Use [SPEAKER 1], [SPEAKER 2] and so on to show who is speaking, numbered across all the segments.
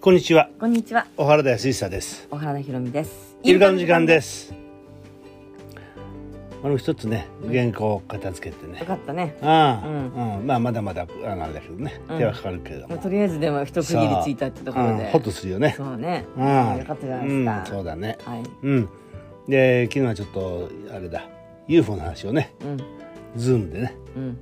[SPEAKER 1] こんにちは
[SPEAKER 2] こんにちは、
[SPEAKER 1] 小原田康久です
[SPEAKER 2] 小原田博美です。
[SPEAKER 1] イルカの時間ですあの一つね原稿を片付けてね
[SPEAKER 2] よかったね。
[SPEAKER 1] ああ、うんまあまだまだあなんだけどね手はかかるけれども、
[SPEAKER 2] もうとりあえずでも一区切りついたってところ
[SPEAKER 1] うん
[SPEAKER 2] で。
[SPEAKER 1] ホッとするよね
[SPEAKER 2] そうね。
[SPEAKER 1] うん
[SPEAKER 2] よかったじゃないですか。
[SPEAKER 1] うんそうだね
[SPEAKER 2] はい。
[SPEAKER 1] うんで昨日はちょっとあれだ UFO の話をね
[SPEAKER 2] うん。
[SPEAKER 1] ズームでね
[SPEAKER 2] うん。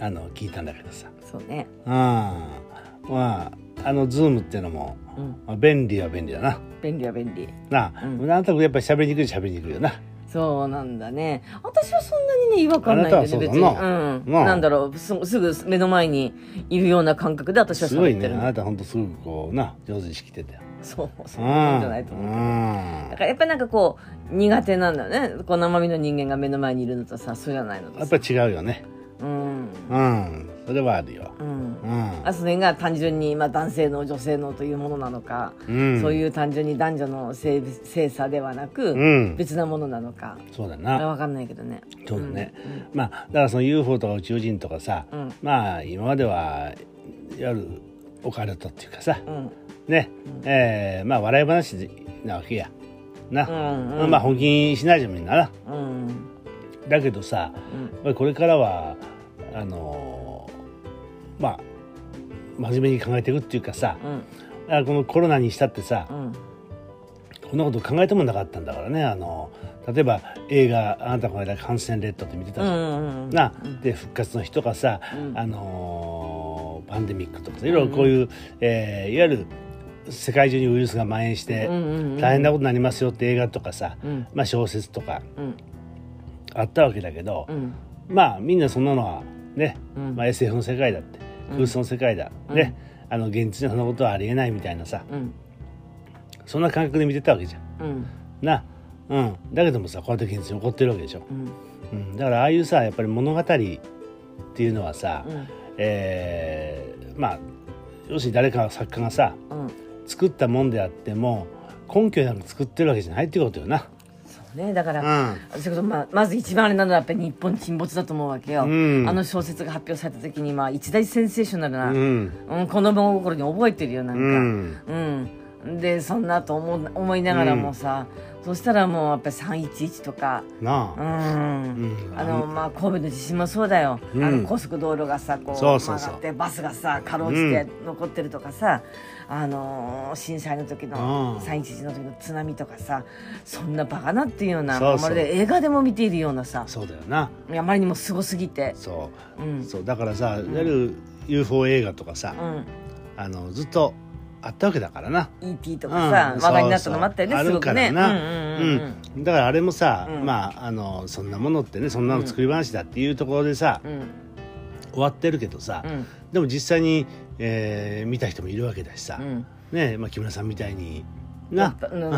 [SPEAKER 1] あの聞いたんだけどさ
[SPEAKER 2] そうね。
[SPEAKER 1] ああまああのズームってのも、
[SPEAKER 2] うん。
[SPEAKER 1] まあ、便利は便利だな
[SPEAKER 2] 便利は便利。
[SPEAKER 1] なあ、
[SPEAKER 2] うん
[SPEAKER 1] なんとなくやっぱり喋りにくい喋りにくいよな
[SPEAKER 2] そうなんだね。私はそんなにね、違和感ないんだ
[SPEAKER 1] あな
[SPEAKER 2] よ
[SPEAKER 1] た
[SPEAKER 2] ね、
[SPEAKER 1] は
[SPEAKER 2] 別
[SPEAKER 1] そう
[SPEAKER 2] に。
[SPEAKER 1] だ
[SPEAKER 2] うん。
[SPEAKER 1] なあ
[SPEAKER 2] なんだろうす、すぐ目の前にいるような感覚で私は
[SPEAKER 1] すごい
[SPEAKER 2] 喋っ
[SPEAKER 1] ね
[SPEAKER 2] て
[SPEAKER 1] あ
[SPEAKER 2] るの。
[SPEAKER 1] なたほんとすごくこうな上手に仕切ってたよ
[SPEAKER 2] そう、そううんなんじゃないと思
[SPEAKER 1] う
[SPEAKER 2] う。
[SPEAKER 1] ん
[SPEAKER 2] だからやっぱりなんかこう苦手なんだねこう生身の人間が目の前にいるのとさそうじゃないのと
[SPEAKER 1] やっ
[SPEAKER 2] さ
[SPEAKER 1] ぱ違うよね
[SPEAKER 2] うん
[SPEAKER 1] うんそれはあるよ
[SPEAKER 2] うん
[SPEAKER 1] うん
[SPEAKER 2] あそれが単純に、まあ、男性の女性のというものなのか、
[SPEAKER 1] うん
[SPEAKER 2] そう
[SPEAKER 1] う
[SPEAKER 2] いう単純に男女の性性差ではなく、
[SPEAKER 1] うん
[SPEAKER 2] 別なものなのか
[SPEAKER 1] そうだ
[SPEAKER 2] あれ
[SPEAKER 1] な
[SPEAKER 2] わかんないけどね
[SPEAKER 1] そうだね、まあだからその UFO とか宇宙人とかさ、
[SPEAKER 2] うん
[SPEAKER 1] まあ今まではいわゆるオカルトっていうかさ
[SPEAKER 2] うん
[SPEAKER 1] ね、えーまあ笑い話なわけやな、
[SPEAKER 2] うんうん
[SPEAKER 1] まあ本気にしないじゃんみんなな
[SPEAKER 2] うん
[SPEAKER 1] だけどさ
[SPEAKER 2] うん
[SPEAKER 1] やっぱりこれからはあのーまあ真面目に考えていくっていうかさ、
[SPEAKER 2] うん
[SPEAKER 1] あこのコロナにしたってさ
[SPEAKER 2] う、ん
[SPEAKER 1] こんなこと考えてもなかったんだからねあの例えば映画あなたこの間「感染レッド」って見てた
[SPEAKER 2] う
[SPEAKER 1] じゃん、
[SPEAKER 2] んうん
[SPEAKER 1] なで復活の日とかさ、
[SPEAKER 2] うん
[SPEAKER 1] あのーパンデミックとかさいろいろこういう、えーいわゆる世界中にウイルスが蔓延して
[SPEAKER 2] うんうんうん
[SPEAKER 1] 大変なことになりますよって映画とかさ、
[SPEAKER 2] うん
[SPEAKER 1] まあ、小説とか
[SPEAKER 2] うん
[SPEAKER 1] あったわけだけど、
[SPEAKER 2] うん
[SPEAKER 1] まあみんなそんなのはね、
[SPEAKER 2] うん
[SPEAKER 1] まあ、SF の世界だって空想の世界だ、ねあの現実にそんなことはありえないみたいなさ
[SPEAKER 2] うん
[SPEAKER 1] そんな感覚で見てたわけじゃん。
[SPEAKER 2] うん
[SPEAKER 1] な、うん、だけどもさこうやって現実に起こってるわけでしょ、
[SPEAKER 2] うん
[SPEAKER 1] うん、だからああいうさやっぱり物語っていうのはさ、
[SPEAKER 2] うん
[SPEAKER 1] えーまあ要するに誰か作家がさ
[SPEAKER 2] うん
[SPEAKER 1] 作ったもんであっても根拠なく作ってるわけじゃないっていうことよな。
[SPEAKER 2] そうねだから、
[SPEAKER 1] うん
[SPEAKER 2] それこそまあ、まず一番あれなのはやっぱり日本沈没だと思うわけよ、
[SPEAKER 1] うん
[SPEAKER 2] あの小説が発表された時に、まあ、一大センセーショナルな、
[SPEAKER 1] うん
[SPEAKER 2] うん、子供心に覚えてるよなん
[SPEAKER 1] う
[SPEAKER 2] か、
[SPEAKER 1] ん
[SPEAKER 2] うん、でそんなと思う思いながらもさ、そしたらもうやっぱり311とか、
[SPEAKER 1] な
[SPEAKER 2] うん
[SPEAKER 1] あ、ん
[SPEAKER 2] あのまあ、神戸の地震もそうだよ、
[SPEAKER 1] うん
[SPEAKER 2] あの高速道路がさこう
[SPEAKER 1] そうそうそう
[SPEAKER 2] 曲がってバスがさかろうじて残ってるとかさ、あのー震災の時
[SPEAKER 1] うん
[SPEAKER 2] の311の時の津波とかさそんなバカなっていうような
[SPEAKER 1] そうそう
[SPEAKER 2] まるで映画でも見ているようなさ
[SPEAKER 1] そうだよな
[SPEAKER 2] あまりにもすごすぎて。
[SPEAKER 1] そう,、
[SPEAKER 2] うん
[SPEAKER 1] そうだからさいわゆる UFO 映画とかさ、
[SPEAKER 2] うん
[SPEAKER 1] あのずっとあったわけだからな。
[SPEAKER 2] E.T. とかさ、
[SPEAKER 1] うん
[SPEAKER 2] 話題になったのもあったよね、
[SPEAKER 1] そうそう
[SPEAKER 2] すごくね。
[SPEAKER 1] あるから
[SPEAKER 2] うん
[SPEAKER 1] な、
[SPEAKER 2] う
[SPEAKER 1] うん
[SPEAKER 2] うんうん
[SPEAKER 1] んだからあれもさ、
[SPEAKER 2] うん
[SPEAKER 1] まああのそんなものってねそんなの作り話だっていうところでさ、
[SPEAKER 2] うん
[SPEAKER 1] 終わってるけどさ、
[SPEAKER 2] うん
[SPEAKER 1] でも実際に、えー見た人もいるわけだしさ、
[SPEAKER 2] うん
[SPEAKER 1] ねまあ、木村さんみたいにな
[SPEAKER 2] やっぱ、うん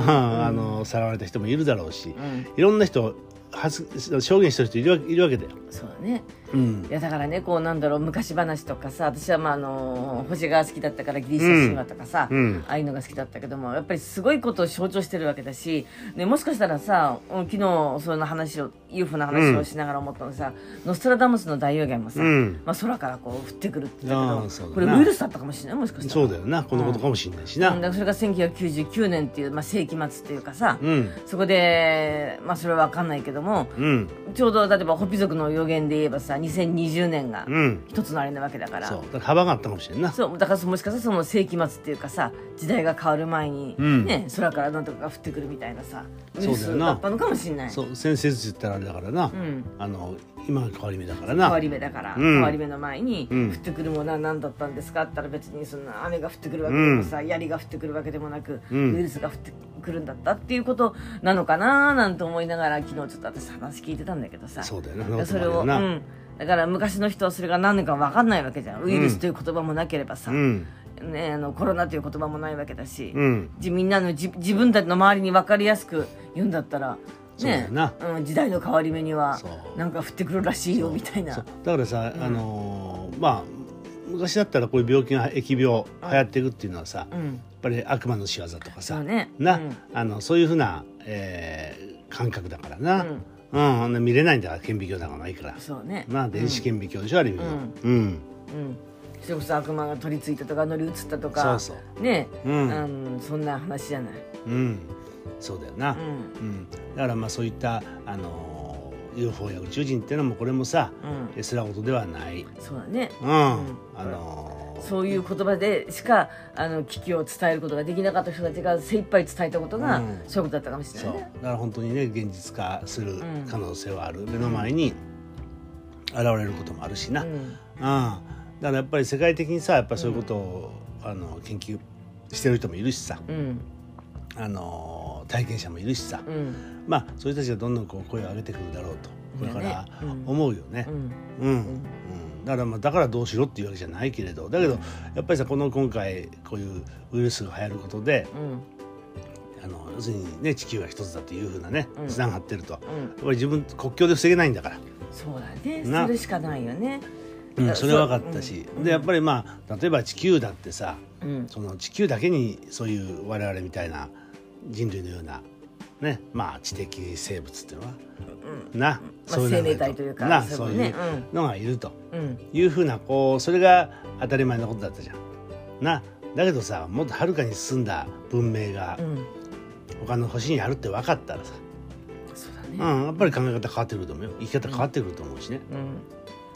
[SPEAKER 1] あのさらわれた人もいるだろうし、
[SPEAKER 2] うん
[SPEAKER 1] いろんな人はず証言してる人いるわいるわけだよ。
[SPEAKER 2] そうだね
[SPEAKER 1] うん
[SPEAKER 2] いやだからねこうなんだろう昔話とかさ私はまああの星が好きだったからギリシャ神話とかさ、
[SPEAKER 1] うん
[SPEAKER 2] ああいうのが好きだったけどもやっぱりすごいことを象徴してるわけだし、ね、もしかしたらさうん昨日その話を UFO の話をしながら思ったのさ、ノストラダムスの大予言もさ、
[SPEAKER 1] うん
[SPEAKER 2] まあ、空からこう降ってくるって言った
[SPEAKER 1] ああ
[SPEAKER 2] け
[SPEAKER 1] そ
[SPEAKER 2] ど、
[SPEAKER 1] うだな
[SPEAKER 2] これウイルスだったかもしれないもしかしたら。
[SPEAKER 1] そうだよなこのことかもしれないしな。
[SPEAKER 2] うんだからそれが1999年っていう、まあ、世紀末っていうかさ、
[SPEAKER 1] うん、
[SPEAKER 2] そこで、まあ、それは分かんないけども
[SPEAKER 1] うん、
[SPEAKER 2] ちょうど例えばホピ族の予言で言えばさ2020年が
[SPEAKER 1] うん、
[SPEAKER 2] 一つのあれなわけだから、
[SPEAKER 1] そうだから幅があったかもしれんな。
[SPEAKER 2] そうだからもしかしたらその世紀末っていうかさ時代が変わる前に、
[SPEAKER 1] うん
[SPEAKER 2] ね空からなんとかが降ってくるみたいなさウイ
[SPEAKER 1] そう
[SPEAKER 2] ル
[SPEAKER 1] だよ
[SPEAKER 2] ス
[SPEAKER 1] な
[SPEAKER 2] だったのかもしれない
[SPEAKER 1] そう先生術って言ったらあれだからな、
[SPEAKER 2] ん
[SPEAKER 1] あの今が変わり目だから
[SPEAKER 2] 変
[SPEAKER 1] な
[SPEAKER 2] わり目だから、
[SPEAKER 1] うん
[SPEAKER 2] 変わり目の前に、
[SPEAKER 1] うん
[SPEAKER 2] 降ってくるものは何だったんですかって言ったら別にそんな雨が降ってくるわけでもさ、槍が降ってくるわけでもなく、
[SPEAKER 1] うん
[SPEAKER 2] ウイルスが降ってくるんだったっていうことなのかななんて思いながら昨日ちょっと私話聞いてたんだけどさ
[SPEAKER 1] そうだよな
[SPEAKER 2] それを、う
[SPEAKER 1] な、
[SPEAKER 2] ん、だから昔の人はそれが何か分かんないわけじゃんウイルスという言葉もなければさ、
[SPEAKER 1] うん
[SPEAKER 2] ね、あのコロナという言葉もないわけだし、
[SPEAKER 1] うん
[SPEAKER 2] じみんなのじ自分たちの周りに分かりやすく言うんだったら、
[SPEAKER 1] そうだ
[SPEAKER 2] ね
[SPEAKER 1] よな
[SPEAKER 2] うん、時代の変わり目には
[SPEAKER 1] そう
[SPEAKER 2] なんか降ってくるらしいよみたいな
[SPEAKER 1] そうだからさ、あのーまあ昔だったらこういう病気が疫病流行っていくっていうのはさ、
[SPEAKER 2] う
[SPEAKER 1] やっ
[SPEAKER 2] ん、
[SPEAKER 1] ぱり悪魔の仕業とか
[SPEAKER 2] そ
[SPEAKER 1] さ、
[SPEAKER 2] うね
[SPEAKER 1] な、
[SPEAKER 2] うん
[SPEAKER 1] あのそういうふうな、えー感覚だからな、う
[SPEAKER 2] うんん
[SPEAKER 1] あんな見れないんだから顕微鏡なんかないから
[SPEAKER 2] そうね
[SPEAKER 1] まあ電子顕微鏡でしょ、ある意味は
[SPEAKER 2] うん
[SPEAKER 1] うん
[SPEAKER 2] うんそれこそ悪魔が取り付いたとか乗り移ったと
[SPEAKER 1] そ
[SPEAKER 2] か
[SPEAKER 1] うそう
[SPEAKER 2] ね
[SPEAKER 1] う、
[SPEAKER 2] うんんそんな話じゃない、
[SPEAKER 1] うん、そうだよな
[SPEAKER 2] う、ん
[SPEAKER 1] うんだからまあそういった、あのー UFO や宇宙人っていうのもこれもさ
[SPEAKER 2] うん、
[SPEAKER 1] えすらことではない、うん
[SPEAKER 2] そうだね
[SPEAKER 1] あのー
[SPEAKER 2] そういう言葉でしかあの危機を伝えることができなかった人たちが精一杯伝えたことが、
[SPEAKER 1] うん
[SPEAKER 2] そういうことだったかもしれ
[SPEAKER 1] そ
[SPEAKER 2] な
[SPEAKER 1] う
[SPEAKER 2] い
[SPEAKER 1] だ
[SPEAKER 2] ね。
[SPEAKER 1] から本当にね現実化する
[SPEAKER 2] ん
[SPEAKER 1] 可能性はある、目の前に現れることもあるしな、うん
[SPEAKER 2] うん
[SPEAKER 1] だからやっぱり世界的にさやっぱそういうことを、あの研究してる人もいるしさ、
[SPEAKER 2] うん
[SPEAKER 1] あのー体験者もいるしさ、
[SPEAKER 2] うん
[SPEAKER 1] まあそういう人たちがどんどんこう声を上げてくるだろうとこれから
[SPEAKER 2] だねうん
[SPEAKER 1] 思うよね
[SPEAKER 2] う。ん
[SPEAKER 1] うんうんだからまあだからどうしろっていうわけじゃないけれどだけどやっぱりさこの今回こういうウイルスが流行ることで
[SPEAKER 2] う
[SPEAKER 1] あ
[SPEAKER 2] ん
[SPEAKER 1] の要するにね地球は一つだというふうなね
[SPEAKER 2] うん
[SPEAKER 1] つながってるとやっ
[SPEAKER 2] う
[SPEAKER 1] ぱ
[SPEAKER 2] ん
[SPEAKER 1] り自分国境で防げないんだから、
[SPEAKER 2] そうだね
[SPEAKER 1] な
[SPEAKER 2] それしかないよね。
[SPEAKER 1] うん、それは分かったし
[SPEAKER 2] うん
[SPEAKER 1] でやっぱりまあ例えば地球だってさ
[SPEAKER 2] うん
[SPEAKER 1] その地球だけにそういう我々みたいな人類のような、ねまあ、知的生物っていうのは、な、
[SPEAKER 2] まあ
[SPEAKER 1] そういうのが
[SPEAKER 2] 生命体というか
[SPEAKER 1] な
[SPEAKER 2] そ
[SPEAKER 1] そうう
[SPEAKER 2] いうね
[SPEAKER 1] いうのがいると
[SPEAKER 2] うん
[SPEAKER 1] いうふうなこうそれが当たり前のことだったじゃん。なだけどさもっとはるかに進んだ文明が
[SPEAKER 2] うん
[SPEAKER 1] 他の星にあるって分かったらさ、
[SPEAKER 2] そう
[SPEAKER 1] う
[SPEAKER 2] だね。
[SPEAKER 1] ん、やっぱり考え方変わってくると思うよ生き方変わってくると思うしね。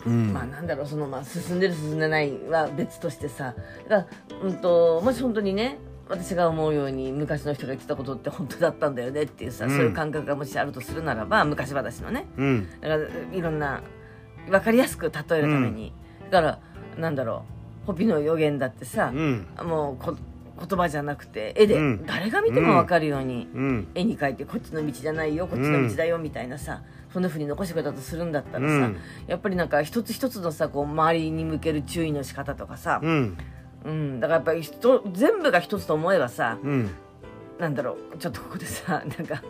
[SPEAKER 2] うん
[SPEAKER 1] うん
[SPEAKER 2] まあなんだろうそのまあ進んでる進んでないは別としてさだからうんともし本当にね私が思うように昔の人が言ってたことって本当だったんだよねっていうさ、
[SPEAKER 1] うん
[SPEAKER 2] そういう感覚がもしあるとするならば昔話のね
[SPEAKER 1] うん
[SPEAKER 2] だからいろんな分かりやすく例えるために、だからなんだろうホピの予言だってさ
[SPEAKER 1] う、ん
[SPEAKER 2] もうこ言葉じゃなくて絵で、
[SPEAKER 1] うん
[SPEAKER 2] 誰が見ても分かるように、
[SPEAKER 1] うん
[SPEAKER 2] 絵に描いてこっちの道じゃないよこっちの道だよみたいなさ、そんなふうに残してくれたとするんだったらさ、
[SPEAKER 1] うん
[SPEAKER 2] やっぱりなんか一つ一つのさこう周りに向ける注意の仕方とかさ、
[SPEAKER 1] うん
[SPEAKER 2] うん、だからやっぱり人全部が一つと思えばさ
[SPEAKER 1] うん
[SPEAKER 2] なんだろうちょっとここでさなんか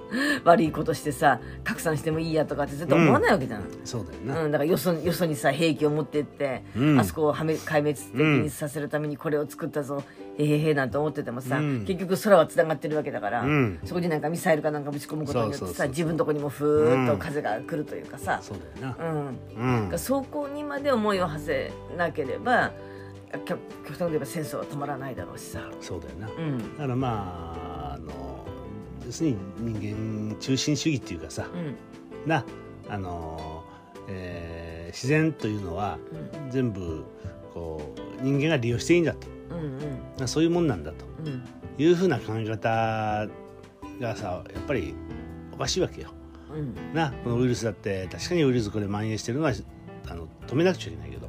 [SPEAKER 2] 悪いことしてさ拡散してもいいやとかって絶対思わないわけじゃん。
[SPEAKER 1] そうだよ
[SPEAKER 2] う
[SPEAKER 1] な。
[SPEAKER 2] んだからよそよそにさ兵器を持ってって、
[SPEAKER 1] うん
[SPEAKER 2] あそこをはめ壊滅的にさせるためにこれを作ったぞ、へへへなんて思っててもさ、
[SPEAKER 1] うん
[SPEAKER 2] 結局空はつながってるわけだから、
[SPEAKER 1] うん
[SPEAKER 2] そこになんかミサイルかなんかぶち込むことによってさ
[SPEAKER 1] そうそうそう
[SPEAKER 2] 自分のとこにもふーっと風が来るというかさ、
[SPEAKER 1] そうだよな。
[SPEAKER 2] うん、
[SPEAKER 1] うん
[SPEAKER 2] がそこにまで思いを馳せなければきょ極端に言えば戦争は止まらないだろうしさ、
[SPEAKER 1] そうだよな。
[SPEAKER 2] うん
[SPEAKER 1] だからまああの要するに人間中心主義っていうかさ
[SPEAKER 2] う、ん
[SPEAKER 1] なあの、えー自然というのは全部こう人間が利用していいんだと
[SPEAKER 2] うんうん
[SPEAKER 1] なそういうもんなんだと
[SPEAKER 2] うんうん
[SPEAKER 1] いうふうな考え方がさやっぱりおかしいわけよ。
[SPEAKER 2] うんうん
[SPEAKER 1] なこのウイルスだって確かにウイルスこれ蔓延してるのはあの止めなくちゃいけないけど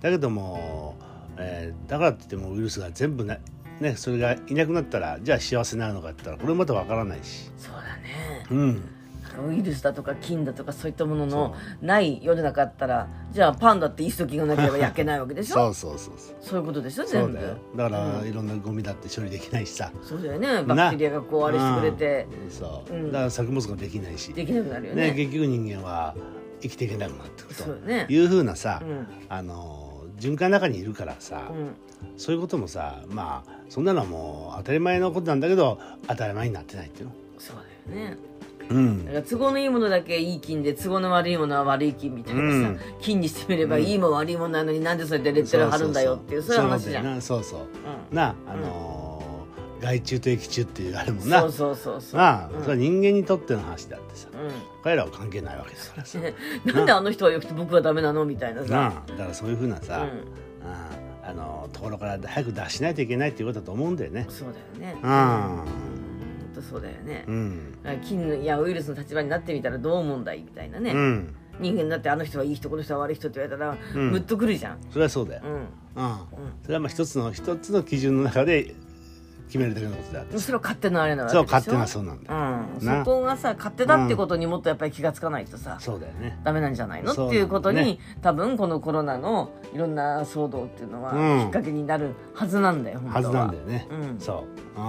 [SPEAKER 1] だけども、えーだからって言ってもウイルスが全部な、ね、それがいなくなったらじゃあ幸せになるのかって言ったらこれまたわからないし。
[SPEAKER 2] そうだね
[SPEAKER 1] うん
[SPEAKER 2] なんかウイルスだとか菌だとかそういったものの
[SPEAKER 1] そ
[SPEAKER 2] ない世の中だったらじゃあパンだってイースト菌がな ければ焼けないわけでし
[SPEAKER 1] そ
[SPEAKER 2] ょ
[SPEAKER 1] うそうそうそう
[SPEAKER 2] そういうことでしょ
[SPEAKER 1] そ
[SPEAKER 2] 全
[SPEAKER 1] う
[SPEAKER 2] 部
[SPEAKER 1] だよだから、
[SPEAKER 2] うん
[SPEAKER 1] いろんなゴミだって処理できないしさ
[SPEAKER 2] そうだよねバクテリアがこうあれしてくれて
[SPEAKER 1] うんそう、
[SPEAKER 2] うん
[SPEAKER 1] だから作物もできないし、
[SPEAKER 2] できなくなるよ
[SPEAKER 1] ね、
[SPEAKER 2] ね
[SPEAKER 1] 結局人間は生きていけなくなってくる
[SPEAKER 2] そうよ
[SPEAKER 1] と
[SPEAKER 2] ね
[SPEAKER 1] いうふうなさ、
[SPEAKER 2] うん
[SPEAKER 1] あの循環の中にいるからさ、
[SPEAKER 2] うん
[SPEAKER 1] そういうこともさまあそんなのはもう当たり前のことなんだけど当たり前になってないっていうの。
[SPEAKER 2] そうだよね
[SPEAKER 1] うん
[SPEAKER 2] だから都合のいいものだけいい菌で都合の悪いものは悪い菌みたいなさ、
[SPEAKER 1] うん
[SPEAKER 2] 菌にしてみればいいも悪いものなのになんでそれでレッテル貼るんだよっていうそういう話じゃん。
[SPEAKER 1] そうそうそう
[SPEAKER 2] う
[SPEAKER 1] なあのー害虫と益虫っていうあれも
[SPEAKER 2] ん
[SPEAKER 1] な
[SPEAKER 2] そうそうそうそう。
[SPEAKER 1] なあ、
[SPEAKER 2] うん
[SPEAKER 1] それは人間にとっての話だってさ
[SPEAKER 2] う
[SPEAKER 1] 彼らは関係ないわけだからさ
[SPEAKER 2] ん、なんであの人はよくて僕はダメなのみたいなさ。
[SPEAKER 1] なあだからそういうふうなさ、
[SPEAKER 2] うん
[SPEAKER 1] あああのーところから早く脱しないといけないっていうことだと思うんだよね。
[SPEAKER 2] そうだよね。
[SPEAKER 1] う
[SPEAKER 2] ほ
[SPEAKER 1] ん
[SPEAKER 2] んとそうだよね
[SPEAKER 1] う。ん
[SPEAKER 2] だから菌やウイルスの立場になってみたらどう思うんだいみたいなね、
[SPEAKER 1] うん
[SPEAKER 2] 人間だってあの人はいい人この人は悪い人って言われたら、
[SPEAKER 1] うん
[SPEAKER 2] ムッとくるじゃん。
[SPEAKER 1] それはそうだよ
[SPEAKER 2] う。ん
[SPEAKER 1] うんそれはまあ一つの一つの基準の中で決めるだけのことであっ
[SPEAKER 2] で
[SPEAKER 1] て
[SPEAKER 2] もそれは勝手なあれなわけでし
[SPEAKER 1] そ
[SPEAKER 2] ょ
[SPEAKER 1] う勝手なそうなんだよ、
[SPEAKER 2] うん、そ
[SPEAKER 1] な
[SPEAKER 2] こがさ勝手だってことにもっとやっぱり気がつかないとさ、
[SPEAKER 1] そうだよね
[SPEAKER 2] ダメなんじゃないの、
[SPEAKER 1] そうな
[SPEAKER 2] っ
[SPEAKER 1] んだね
[SPEAKER 2] ていうことに、多分このコロナのいろんな騒動っていうのは
[SPEAKER 1] うん
[SPEAKER 2] きっかけになるはずなんだよ、本当
[SPEAKER 1] はずなんだよね、
[SPEAKER 2] うん
[SPEAKER 1] そう、うん、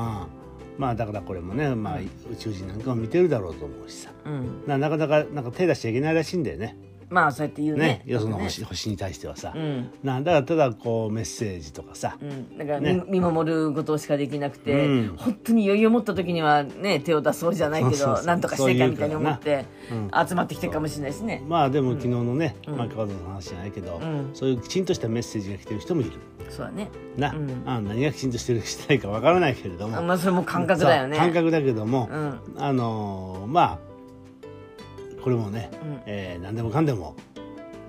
[SPEAKER 1] まあだからこれもね、まあ、宇宙人なんかも見てるだろうと思うしさ
[SPEAKER 2] うん
[SPEAKER 1] ななかなかなんか手出しちゃいけないらしいんだよね
[SPEAKER 2] まあそうやって言う
[SPEAKER 1] ね
[SPEAKER 2] ね
[SPEAKER 1] よその
[SPEAKER 2] ね
[SPEAKER 1] 星,、星に対してはさ、
[SPEAKER 2] うん
[SPEAKER 1] なんだからただこうメッセージとかさ、
[SPEAKER 2] うん、だから、
[SPEAKER 1] ね
[SPEAKER 2] 見見守ることしかできなくて、
[SPEAKER 1] うん
[SPEAKER 2] 本当に余裕を持った時にはね手を出そうじゃないけど
[SPEAKER 1] そうそうそう
[SPEAKER 2] なんとかしていかみたいに思って
[SPEAKER 1] そういうか
[SPEAKER 2] 集まってきてるかもしれないですね。
[SPEAKER 1] まあでも昨日のね、
[SPEAKER 2] うん
[SPEAKER 1] まあ川田さんの話じゃないけど、
[SPEAKER 2] うん
[SPEAKER 1] そういうきちんとしたメッセージが来てる人もいる
[SPEAKER 2] そうだね。
[SPEAKER 1] な、
[SPEAKER 2] うん
[SPEAKER 1] あ何がきちんとしてるしてないかわからないけれども、
[SPEAKER 2] まあそれも感覚だよね。
[SPEAKER 1] そう感覚だけども
[SPEAKER 2] う、ん
[SPEAKER 1] あのーまあこれもね、
[SPEAKER 2] うん
[SPEAKER 1] えー何でもかんでも、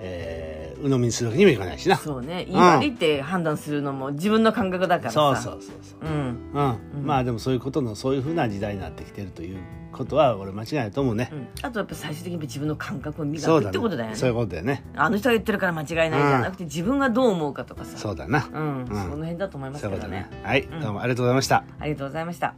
[SPEAKER 1] えー、鵜呑みにするわけにもいかないしなそう
[SPEAKER 2] そうね。言い悪いって判断するのも自分の感覚だからさ。
[SPEAKER 1] そうそうそう、
[SPEAKER 2] うん。
[SPEAKER 1] うん
[SPEAKER 2] うん
[SPEAKER 1] まあでもそういうことのそういうふうな時代になってきてるということは俺間違いないと思うね
[SPEAKER 2] う、ん、あとやっぱ最終的に自分の感覚を
[SPEAKER 1] そ
[SPEAKER 2] 磨
[SPEAKER 1] う
[SPEAKER 2] く
[SPEAKER 1] だ
[SPEAKER 2] ってことだよね
[SPEAKER 1] そういうことだよね
[SPEAKER 2] あの人が言ってるから間違いないじゃなくて、自分がどう思うかとかさ
[SPEAKER 1] そうだな、
[SPEAKER 2] うん、
[SPEAKER 1] ん
[SPEAKER 2] その辺だと思います
[SPEAKER 1] そう
[SPEAKER 2] け
[SPEAKER 1] いうこ
[SPEAKER 2] ど
[SPEAKER 1] とだ
[SPEAKER 2] ね
[SPEAKER 1] ねはい、
[SPEAKER 2] うん
[SPEAKER 1] どうもありがとうございました
[SPEAKER 2] ありがとうございました